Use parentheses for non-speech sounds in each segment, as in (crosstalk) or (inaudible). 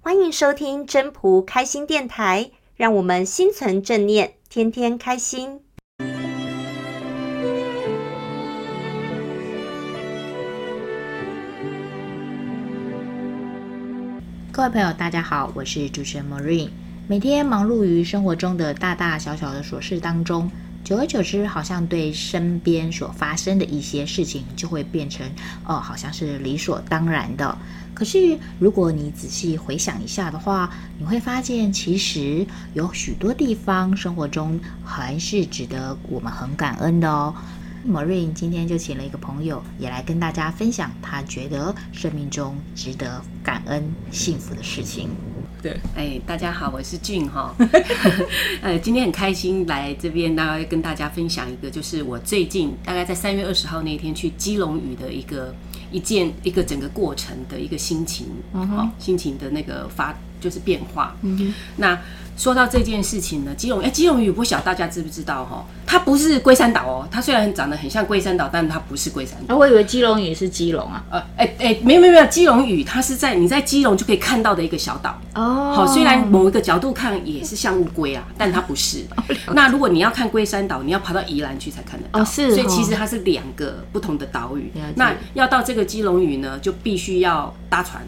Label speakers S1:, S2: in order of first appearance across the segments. S1: 欢迎收听真仆开心电台，让我们心存正念，天天开心。
S2: 各位朋友，大家好，我是主持人 Marine。每天忙碌于生活中的大大小小的琐事当中，久而久之，好像对身边所发生的一些事情，就会变成哦、呃，好像是理所当然的。可是，如果你仔细回想一下的话，你会发现，其实有许多地方生活中还是值得我们很感恩的哦。Marine 今天就请了一个朋友，也来跟大家分享他觉得生命中值得感恩、幸福的事情。
S3: 对，哎，大家好，我是
S2: (laughs)
S3: 俊哈、哦，呃，今天很开心来这边，大概跟大家分享一个，就是我最近大概在三月二十号那一天去基隆屿的一个一件一个整个过程的一个心情，好、
S2: 嗯哼
S3: 哦，心情的那个发就是变化。
S2: 嗯哼，
S3: 那说到这件事情呢，基隆哎，基隆屿不晓得大家知不知道哈、哦？它不是龟山岛哦，它虽然长得很像龟山岛，但它不是龟山岛。
S2: 啊，我以为基隆也是基隆啊。
S3: 呃，哎、哎，没有没有没有，基隆屿它是在你在基隆就可以看到的一个小岛。
S2: 哦
S3: 好，虽然某一个角度看也是像乌龟啊，但它不是。
S2: 哦
S3: 那如果你要看龟山岛，你要跑到宜兰去才看得到。
S2: 哦是哦
S3: 所以其实它是两个不同的岛屿
S2: 了解。
S3: 那要到这个基隆屿呢，就必须要搭船。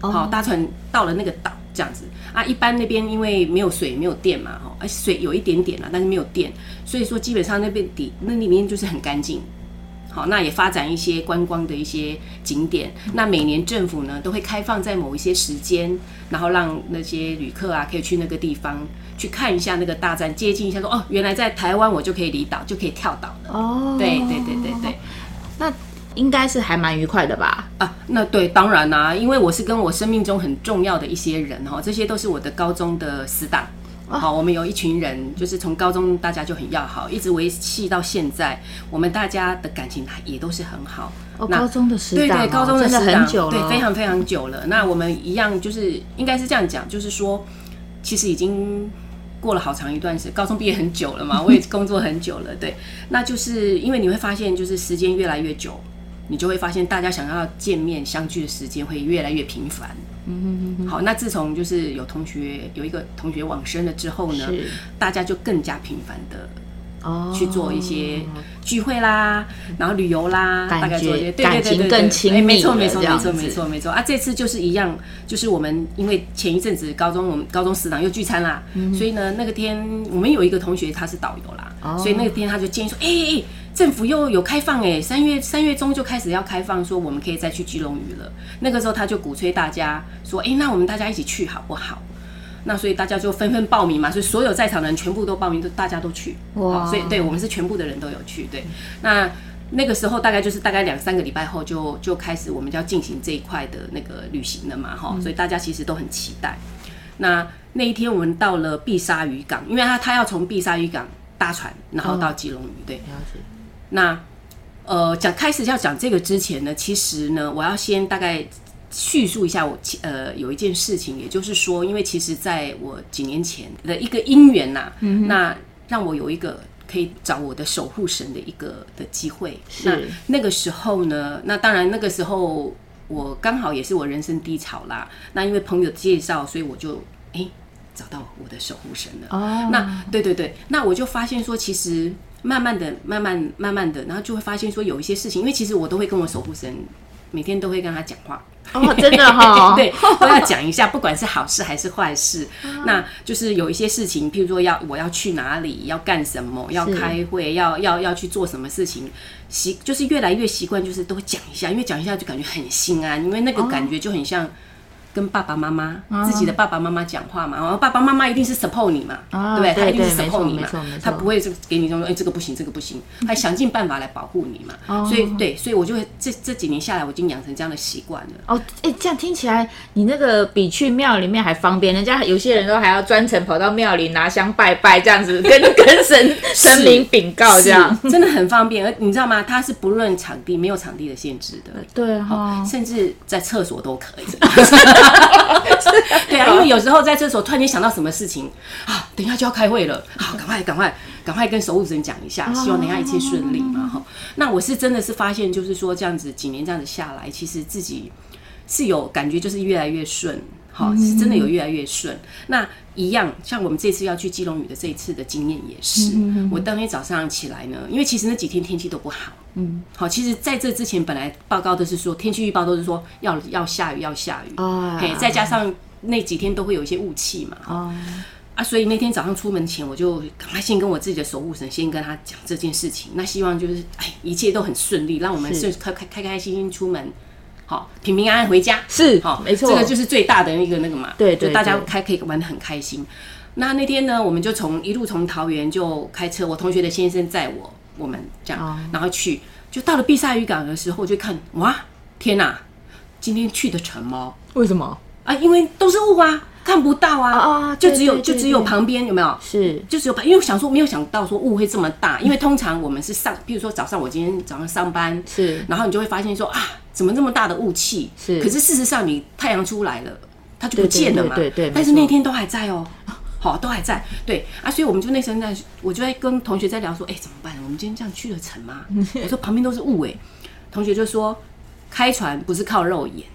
S2: 哦
S3: 好，搭船到了那个岛这样子啊。一般那边因为没有水、没有电嘛，哈，而水有一点点啊啦，但是没有电，所以说基本上那边底那里面就是很干净。好，那也发展一些观光的一些景点。那每年政府呢都会开放在某一些时间，然后让那些旅客啊可以去那个地方去看一下那个大战，接近一下说哦，原来在台湾我就可以离岛，就可以跳岛了。
S2: 哦，
S3: 对对对对对。
S2: 那应该是还蛮愉快的吧？
S3: 啊，那对，当然啦、因为我是跟我生命中很重要的一些人哈、哦，这些都是我的高中的死党。好、我们有一群人，就是从高中大家就很要好，一直维系到现在，我们大家的感情也都是很好。
S2: 哦，
S3: 那
S2: 高中的时
S3: 对
S2: 代、
S3: 对，高中的
S2: 真的
S3: 死党
S2: 很久了，哦
S3: 对，非常非常久了。那我们一样就是应该是这样讲，就是说，其实已经过了好长一段时，高中毕业很
S2: (laughs)
S3: 久了嘛，我也工作很久了，对。那就是因为你会发现，就是时间越来越久，你就会发现大家想要见面相聚的时间会越来越频繁。
S2: 嗯哼
S3: 好，那自从就是有同学有一个同学往生了之后
S2: 哼
S3: 呢
S2: 哼，，是
S3: 大家就更加频繁的
S2: 哦，
S3: 去做一些聚会啦，然后旅游啦，
S2: 感觉
S3: 大概做一些对
S2: 感
S3: 对对
S2: 情
S3: 对
S2: 更
S3: 对，
S2: 亲
S3: 哎
S2: 密
S3: 没错
S2: 了
S3: 没错
S2: 这
S3: 没
S2: 样
S3: 错
S2: 子
S3: 没错没错啊！这次就是一样，就是我们因为前一阵子高中我们高中食堂又聚餐啦，
S2: 嗯
S3: 所以呢那个天我们有一个同学他是导游啦，
S2: 哦
S3: 所以那个天他就建议说，哎、哎哎政府又有开放哎、三月三月中就开始要开放，说我们可以再去基隆屿了。那个时候他就鼓吹大家说，哎、那我们大家一起去好不好？那所以大家就纷纷报名嘛，所以所有在场的人全部都报名，都大家都去。
S2: 哇
S3: 好所以对我们是全部的人都有去。对，那那个时候大概就是大概两三个礼拜后就就开始我们就要进行这一块的那个旅行了嘛，哈、
S2: 嗯
S3: 所以大家其实都很期待。那那一天我们到了碧沙渔港，因为他他要从碧沙渔港搭船，然后到基隆屿，对。
S2: 哦了解，
S3: 那呃，讲开始要讲这个之前呢，其实呢，我要先大概叙述一下我其呃有一件事情，也就是说，因为其实在我几年前的一个因缘呐、那让我有一个。可以找我的守护神的一个的机会。
S2: 是
S3: 那那个时候呢，那当然那个时候我刚好也是我人生低潮啦。那因为朋友介绍，所以我就哎、找到我的守护神了。
S2: 哦，
S3: 那对对对，那我就发现说，其实慢慢的、慢慢、慢慢的，然后就会发现说，有一些事情，因为其实我都会跟我守护神，每天都会跟他讲话，
S2: (laughs) 哦，真的哈、 (laughs)
S3: 对，都要讲一下，不管是好事还是坏事，
S2: 嗯
S3: 那就是有一些事情，譬如说要我要去哪里，要干什么，要
S2: 是
S3: 开会，要要要去做什么事情，习就是越来越习惯，就是都会讲一下，因为讲一下就感觉很心安，因为那个感觉就很像。跟爸爸妈妈、
S2: 哦
S3: 自己的爸爸妈妈讲话嘛，然哦后爸爸妈妈一定是 support 你嘛，
S2: 啊
S3: 对不对？他
S2: 对
S3: 一定
S2: 对
S3: 是
S2: 没错
S3: support 你
S2: 没
S3: 嘛
S2: 错没错，
S3: 他不会就给你说，哎、这个不行，这个不
S2: (laughs)
S3: 行，他想尽办法来保护你嘛。
S2: 哦
S3: 所以对，所以我就会这这几年下来，我已经养成这样的习惯了。
S2: 哦，哎、这样听起来你那个比去庙里面还方便，人家有些人都还要专程跑到庙里拿香拜拜，这 (laughs) 样子跟跟神神明禀告哦这样。
S3: 是真的很方便。而你知道吗？它是不论场地，没有场地的限制的。
S2: 对哈、
S3: 甚至在厕所都可
S2: (laughs)
S3: 以， (laughs) 对啊，因为有时候在厕所突然间想到什么事情啊，等一下就要开会了，好，赶快赶快赶快跟守护神讲一
S2: 哦
S3: 下，希望等一下一切顺利嘛哈。那我是真的是发现，就是说这样子几年这样子下来，其实自己是有感觉，就是越来越顺。好、是真的有越来越顺。那一样，像我们这次要去基隆屿的这一次的经验也是，我当天早上起来呢，因为其实那几天天气都不好，嗯，好，其实在这之前本来报告的是说天气预报都是说要要下雨要下雨，
S2: 啊
S3: 嘿，再加上那几天都会有一些雾气嘛，
S2: 哦，
S3: 啊，所以那天早上出门前，我就赶快先跟我自己的守护神先跟他讲这件事情。那希望就是，哎，一切都很顺利，让我们
S2: 是
S3: 顺开开开开心心出门，好，平平安安回家。
S2: 是
S3: 好，
S2: 哦没错
S3: 这个就是最大的一个那个嘛，
S2: 对对
S3: 就大家
S2: 对
S3: 开可以玩的很开心。那那天呢，我们就从一路从桃园就开车，我同学的先生载我，我们这样，
S2: 哦
S3: 然后去，就到了碧沙渔港的时候，我就看，哇，天哪、今天去的成吗？
S2: 为什么
S3: 啊，因为都是雾啊，看不到啊，
S2: 啊啊
S3: 就
S2: 对
S3: 只有
S2: 对
S3: 就
S2: 对
S3: 只有
S2: 对
S3: 旁边有没有？
S2: 是
S3: 就只有旁，因为我想说没有想到说雾会这么大，因为通常我们是上，比如说早上我今天早上上班，
S2: 是
S3: 然后你就会发现说啊，怎么这么大的雾气？
S2: 是
S3: 可是事实上你太阳出来了，它就
S2: 对
S3: 不
S2: 对
S3: 见了嘛。
S2: 对对对
S3: 但是
S2: 没错
S3: 那天都还在哦。 (laughs) 好，都还在，对啊，所以我们就那时候在，我就在跟同学在聊说，哎、怎么办？我们今天这样去了成
S2: (laughs)
S3: 吗？我说旁边都是雾哎、同学就说，开船不是靠
S2: (laughs)
S3: 肉眼，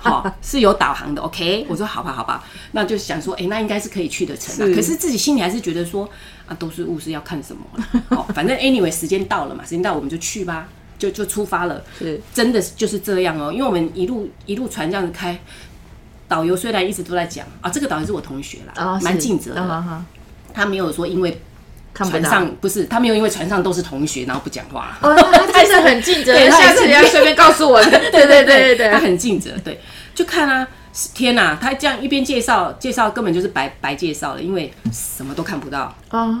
S3: 好、是有导航的，OK？我说好吧，好吧，那就想说，哎、那应该是可以去得成、
S2: 是
S3: 啊。可是自己心里还是觉得说，啊，都是雾是要看什么啦？好、反正 anyway 时间到了嘛，时间到我们就去吧，就就出发了。
S2: 是
S3: 真的就是这样哦，因为我们一路一路船这样子开，导游虽然一直都在讲啊，这个导游是我同学
S2: 哦
S3: 啦，蛮尽责的，
S2: 的，
S3: 他没有说因为
S2: 嗯看不
S3: 船
S2: 到。
S3: 上不是他没有因为船上都是同学然后不讲话。
S2: (laughs) 哦，那他真的很尽责，
S3: 对他
S2: 下
S3: 是
S2: 次要顺便告诉 (laughs) 我的。对对对对
S3: 他
S2: 对，
S3: 很尽责，对，就看啊，天哪、他这样一边介绍介绍，根本就是白白介绍了，因为什么都看不到，
S2: 哦，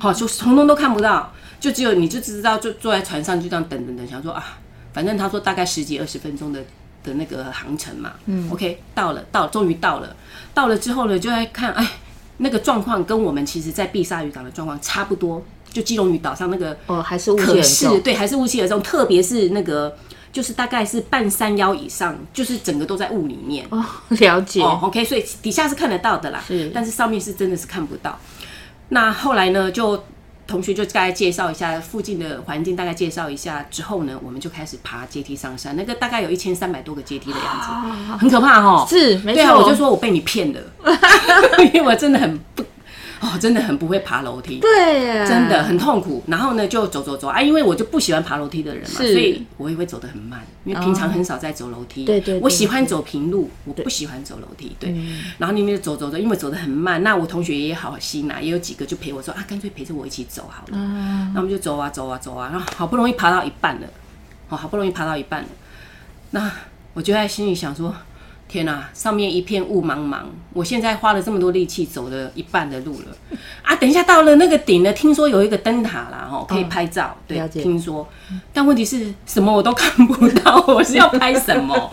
S3: 好，就通通都看不到，就只有你就知道就坐在船上就这样等等等，想说啊，反正他说大概十几二十分钟的的那个航程嘛，嗯，OK，到了，到终于到了，到了之后呢，就在看，哎，那个状况跟我们其实在碧沙渔港的状况差不多，就基隆屿岛上那个
S2: 哦，还是误
S3: 可
S2: 解
S3: 是对，还是雾气而重，特别是那个就是大概是半山腰以上，就是整个都在雾里面。
S2: 哦，了解，
S3: 哦，OK，所以底下是看得到的啦，
S2: 是
S3: 但是上面是真的是看不到。那后来呢，就同学就大概介绍一下附近的环境，大概介绍一下之后呢，我们就开始爬阶梯上山，那个大概有一千三百多个阶梯的样子，很可怕哦。
S2: 啊是没
S3: 对啊，
S2: 错，
S3: 我就说我被你骗了， (laughs) 因为我真的很不，哦，真的很不会爬楼梯。
S2: 对啊耶，
S3: 真的很痛苦。然后呢，就走走走啊，因为我就不喜欢爬楼梯的人嘛，所
S2: 是哦
S3: 以我也会走得很慢，因为平常很少在走楼梯。
S2: 对对嗯对
S3: 我喜欢走平路，我不喜欢走楼梯。对，然后那边就走走走，因为走得很慢。那我同学也好心啊，也有几个就陪我说啊，干脆陪着我一起走好了。
S2: 嗯
S3: 那我们就走啊走啊走啊，然后好不容易爬到一半了，哦，好不容易爬到一半了，那我就在心里想说。天呐、上面一片雾茫茫，我现在花了这么多力气走了一半的路了啊！等一下到了那个顶了，听说有一个灯塔啦，哦，可以拍照，
S2: 嗯了
S3: 对，
S2: 解
S3: 听说，但问题是什么我都看不到，我是要拍什
S2: (laughs)
S3: 么？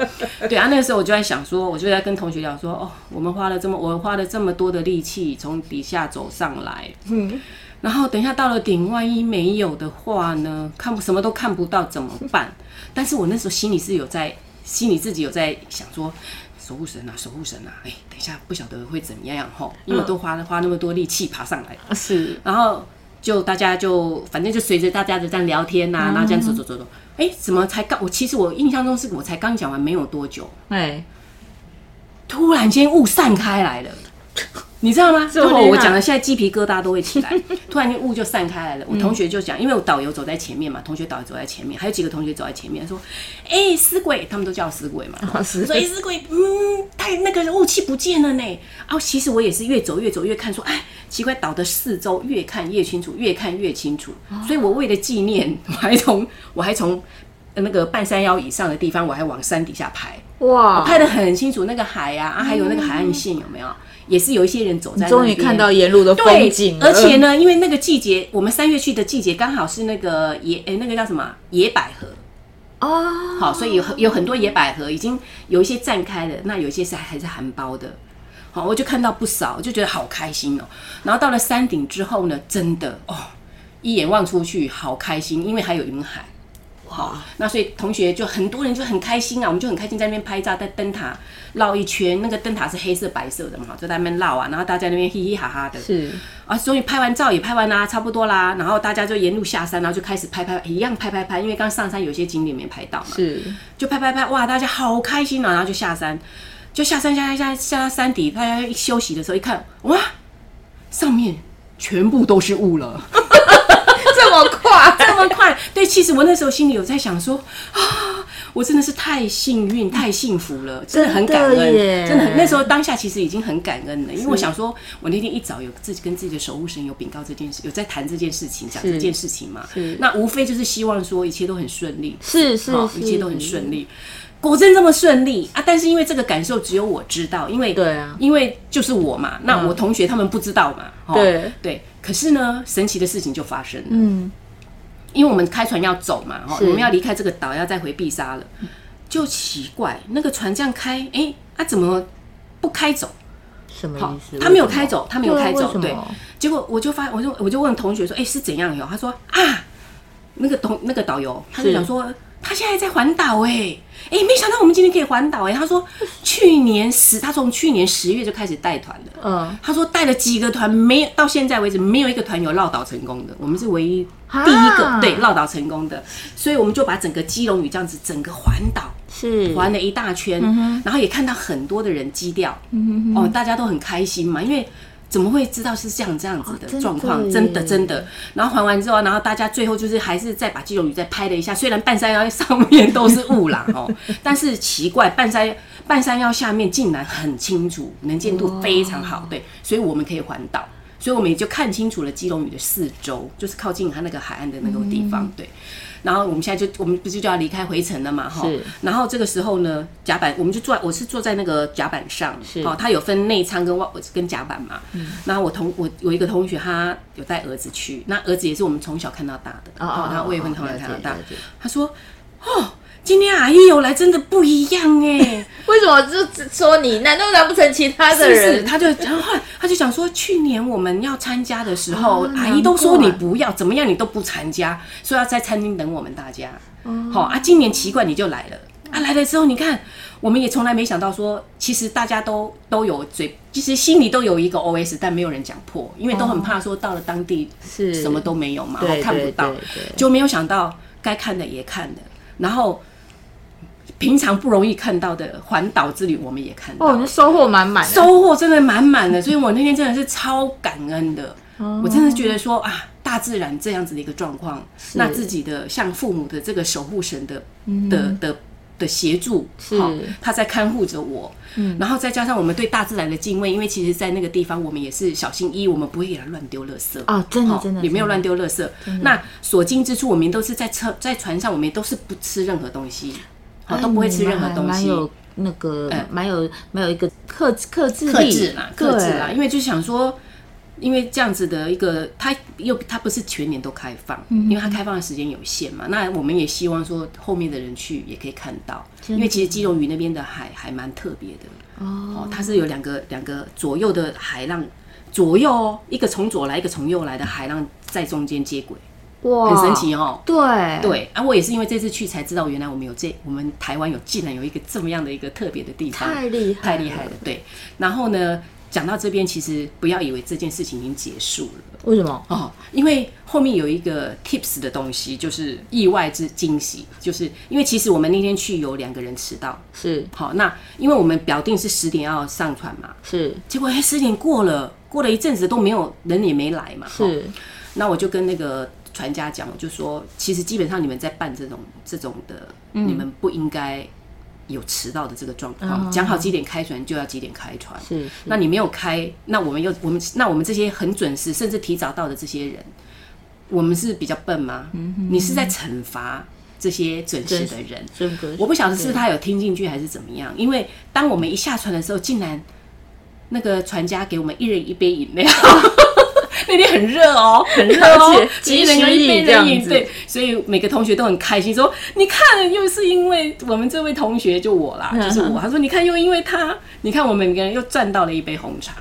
S3: 对啊，那个时候我就在想说，我就在跟同学聊说，哦，我们花了这么，我花了这么多的力气从底下走上来，
S2: 嗯，
S3: 然后等一下到了顶，万一没有的话呢，看不什么都看不到怎么办？ (laughs) 但是我那时候心里是有在，心里自己有在想说，守护神啊，守护神啊，哎，等一下不晓得会怎么样吼，因为我都花了花那么多力气爬上来，
S2: 是
S3: 然后就大家就反正就随着大家的这样聊天呐、然后这样走走走走，哎，怎么才刚？我其实我印象中是我才刚讲完没有多久，
S2: 哎，
S3: 突然间雾散开来了，你知道吗？
S2: 是
S3: 如
S2: 我
S3: 果
S2: 天
S3: 我
S2: 哪
S3: 讲了，现在鸡皮疙瘩都会起来。突然间雾就散开来了，我同学就讲，因为我导游走在前面嘛，同学导游走在前面，还有几个同学走在前面，说：“哎、死鬼！”他们都叫我死鬼嘛。
S2: 老师
S3: 我说：“哎、死鬼，嗯，太那个雾气不见了呢。”啊，其实我也是越走越走越看，说：“哎，奇怪，岛的四周越看越清楚，越看越清楚。”所以，我为了纪念，我还从我还从呃那个半山腰以上的地方，我还往山底下拍。
S2: 哇，
S3: 拍得很清楚，那个海啊，啊，还有那个海岸线有没有？也是有一些人走在那边，
S2: 嗯终于看到沿路的风
S3: 对
S2: 景，了，
S3: 而且呢，因为那个季节，我们三月去的季节刚好是那个野，诶、那个叫什么啊野百合，
S2: 哦，
S3: 好，所以有很有很多野百合已经有一些绽开了，那有一些是还还是含苞的。好，我就看到不少，我就觉得好开心哦。然后到了山顶之后呢，真的哦，一眼望出去好开心，因为还有云海。好，那所以同学就很多人就很开心啊，我们就很开心在那边拍照，在灯塔绕一圈，那个灯塔是黑色白色的嘛，就在那边绕啊，然后大家那边嘻嘻哈哈的，
S2: 是
S3: 啊，终于拍完照也拍完啦，差不多啦，然后大家就沿路下山，然后就开始拍拍，一样拍拍拍，因为刚上山有些景点没拍到嘛，
S2: 是
S3: 就拍拍拍，哇，大家好开心啊！然后就下山，就下山下山下山下到山底，大家一休息的时候一看，哇，上面全部都是雾了，
S2: (laughs) 这么快，
S3: 这么快。对，其实我那时候心里有在想说啊，我真的是太幸运、太幸福了，真的很感
S2: 真的
S3: 恩，
S2: 耶
S3: 真的很。那时候当下其实已经很感恩了，因为我想说，我那天一早有自己跟自己的守护神有禀告这件事，有在谈这件事情，讲
S2: 是
S3: 这件事情嘛
S2: 是。
S3: 那无非就是希望说一切都很顺利，
S2: (laughs) 是是
S3: 好，
S2: 是，
S3: 一切都很顺利。果真这么顺利啊！但是因为这个感受只有我知道，因为
S2: 对啊
S3: 因为就是我嘛，那
S2: 嗯
S3: 我同学他们不知道嘛，哦
S2: 对
S3: 对。可是呢，神奇的事情就发生了，
S2: 嗯，
S3: 因为我们开船要走嘛，哦，
S2: 是
S3: 我们要离开这个岛，要再回碧沙了，就奇怪，那个船这样开，哎、啊怎么不开走？
S2: 什么
S3: 好
S2: 意思？，
S3: 他没有开走，他没有
S2: 对啊
S3: 开
S2: 哎为
S3: 走，
S2: 什
S3: 对
S2: 么。
S3: 结果我就发，我就我就问同学说，哎、是怎样哟？他说啊，那个同那个导游，他就是讲说，他现在在环岛哎，哎、没想到我们今天可以环岛哎。他说去年十，他从去年十月就开始带团了。
S2: 为什么，嗯，
S3: 他说带了几个团，没有到现在为止没有一个团有绕岛成功的，我们是唯一
S2: 啊
S3: 第一个、对绕岛成功的，所以我们就把整个基隆屿这样子整个环岛
S2: 是
S3: 玩了一大圈，然后也看到很多的人基调，
S2: 嗯
S3: 哦，大家都很开心嘛，因为。怎么会知道是这样这样子
S2: 哦真的
S3: 的状况？真的
S2: 耶
S3: 真的。然后还完之后，然后大家最后就是还是再把基隆屿再拍了一下，虽然半山腰上面都是
S2: (laughs)
S3: 雾啦哦，但是奇怪，半山半山腰下面竟然很清楚，能见度非常好，对，所以我们可以环岛。所以我们也就看清楚了基隆屿的四周，就是靠近它那个海岸的那个地
S2: 嗯
S3: 方，对。然后我们现在就我们不是就要离开回程了嘛，哈
S2: 是。
S3: 然后这个时候呢，甲板我们就坐，我是坐在那个甲板上，
S2: 是嗯
S3: 哦，它有分内舱跟外跟甲板嘛。然后我同我有一个同学，他有带儿子去，那儿子也是我们从小看到大
S2: 哦
S3: 的，
S2: 哦
S3: 他我也
S2: 哦
S3: 会从小
S2: 了解
S3: 看到大
S2: 了解。
S3: 他说，哦，今天阿姨有来，真的不一样哎。
S2: 为什么就只说你？难道难不成其他的
S3: 是不是？
S2: 人？
S3: 他就然后后来他就想说，去年我们要参加的时候，
S2: 啊
S3: 阿姨都说
S2: 难
S3: 你
S2: 怪
S3: 不要，怎么样你都不参加，说要在餐厅等我们大家。好、
S2: 哦
S3: 啊，今年奇怪你就来了。啊，来了之后，你看，我们也从来没想到说，其实大家都都有嘴，其实心里都有一个 OS，但没有人讲破，因为都很怕说到了当地
S2: 是
S3: 什么都没有嘛，
S2: 哦对
S3: 哦看不
S2: 对
S3: 到
S2: 对对，
S3: 就没有想到该看的也看了，然后平常不容易看到的环岛之旅，我们也看到
S2: 哦，
S3: 了。
S2: 你的收获满满的，
S3: 收获真的满满的，所以我那天真的是超感恩的。
S2: 哦
S3: 我真的觉得说啊，大自然这样子的一个状况，那自己的像父母的这个守护神的的的的协助，
S2: 嗯是嗯
S3: 好他在看护着我。然后再加上我们对大自然的敬畏，因为其实，在那个地方我们也是小心翼翼，我们不会给他乱丢垃圾
S2: 哦真的真的
S3: 也没有
S2: 真的
S3: 乱丢垃圾。那所经之处，我们都是在车在船上，我们都是不吃任何东西，好、
S2: 哎
S3: 都不会
S2: 你
S3: 吃
S2: 们
S3: 任何
S2: 还
S3: 东
S2: 蛮
S3: 西。哎
S2: 有那个，蛮有蛮有一个克克制
S3: 克
S2: 力
S3: 制啦，克制啦，
S2: 对
S3: 因为就想说，因为这样子的一个，它又它不是全年都开放，
S2: 嗯
S3: 因为它开放的时间有限嘛。那我们也希望说，后面的人去也可以看到，
S2: 真的
S3: 因为其实基隆屿那边的海还蛮特别
S2: 哦，
S3: 的哦，它是有两个两个左右的海浪，左右哦，一个从左来，一个从右来的海浪在中间接轨，
S2: 哇，
S3: 很神奇哦。
S2: 对
S3: 对啊，我也是因为这次去才知道，原来我们有这我们台湾有竟然有一个这么样的一个特别的地方，
S2: 太厉害，
S3: 太厉害了，。对。然后呢，讲到这边，其实不要以为这件事情已经结束了
S2: 为什么？
S3: 哦，因为后面有一个 tips 的东西，就是意外之惊喜，就是因为其实我们那天去有两个人迟到，
S2: 是
S3: 好，那因为我们表定是十点要上船嘛，
S2: 是
S3: 结果哎十点过了，过了一阵子都没有人也没来嘛，哦
S2: 是，
S3: 那我就跟那个船家讲，我就说，其实基本上你们在办这种这种的，你们不应该有迟到的这个状况。讲、好几点开船就要几点开船，
S2: 是是
S3: 那你没有开，那我们又我们那我们这些很准时甚至提早到的这些人，我们是比较笨吗？你是在惩罚这些准时的人。
S2: 真格，
S3: 我不晓得是他有听进去还是怎么样，因为当我们一下船的时候，竟然那个船家给我们一人一杯饮 (laughs) 料。那天很热哦，很热
S2: 而
S3: (laughs) 哦
S2: 且，
S3: 几人有一杯
S2: 这样
S3: 冷饮，
S2: 子
S3: 对，所以每个同学都很开心，说你看，又是因为我们这位同学就我啦，就是我，他说你看，又因为他，你看我们每个人又赚到了一杯 (laughs) 红茶。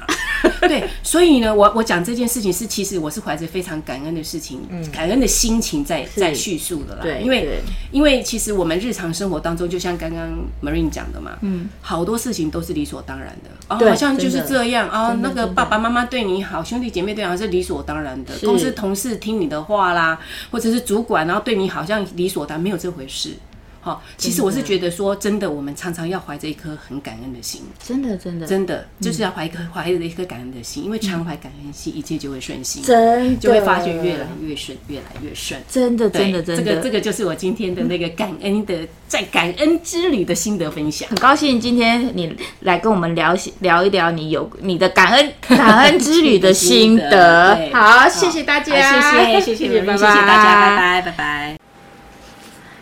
S3: 对，所以呢，我我讲这件事情是，其实我是怀着非常感恩的事情，感恩的心情在在叙述的啦。
S2: 对
S3: 因为
S2: 对
S3: 因为其实我们日常生活当中，就像刚刚 Marine 讲的嘛，嗯，好多事情都是理所当然的，哦，
S2: 对
S3: 好像就是
S2: 真的
S3: 这样啊、那个爸爸妈妈对你好，兄弟姐妹对你好是理所当然的，
S2: 是
S3: 公司同事听你的话啦，或者是主管然后对你好像理所当然，没有这回事。好，其实我是觉得说，真的，我们常常要怀着一颗很感恩的心，
S2: 真的真的
S3: 真的就是要怀一颗怀着一颗感恩的心，因为常怀感恩心，一切就会顺心，
S2: 真的
S3: 就会发觉越来越顺，越来越顺。
S2: 真的
S3: 对
S2: 真的真的，
S3: 这个这个就是我今天的那个感恩的在感恩之旅的心得分享。
S2: 很高兴今天你来跟我们聊聊一聊你有你的感
S3: (laughs)
S2: 恩感恩之旅的心得。
S3: 对
S2: 好，谢谢大家，
S3: 好谢谢谢谢
S2: 拜拜，
S3: 谢谢大家，拜拜拜拜。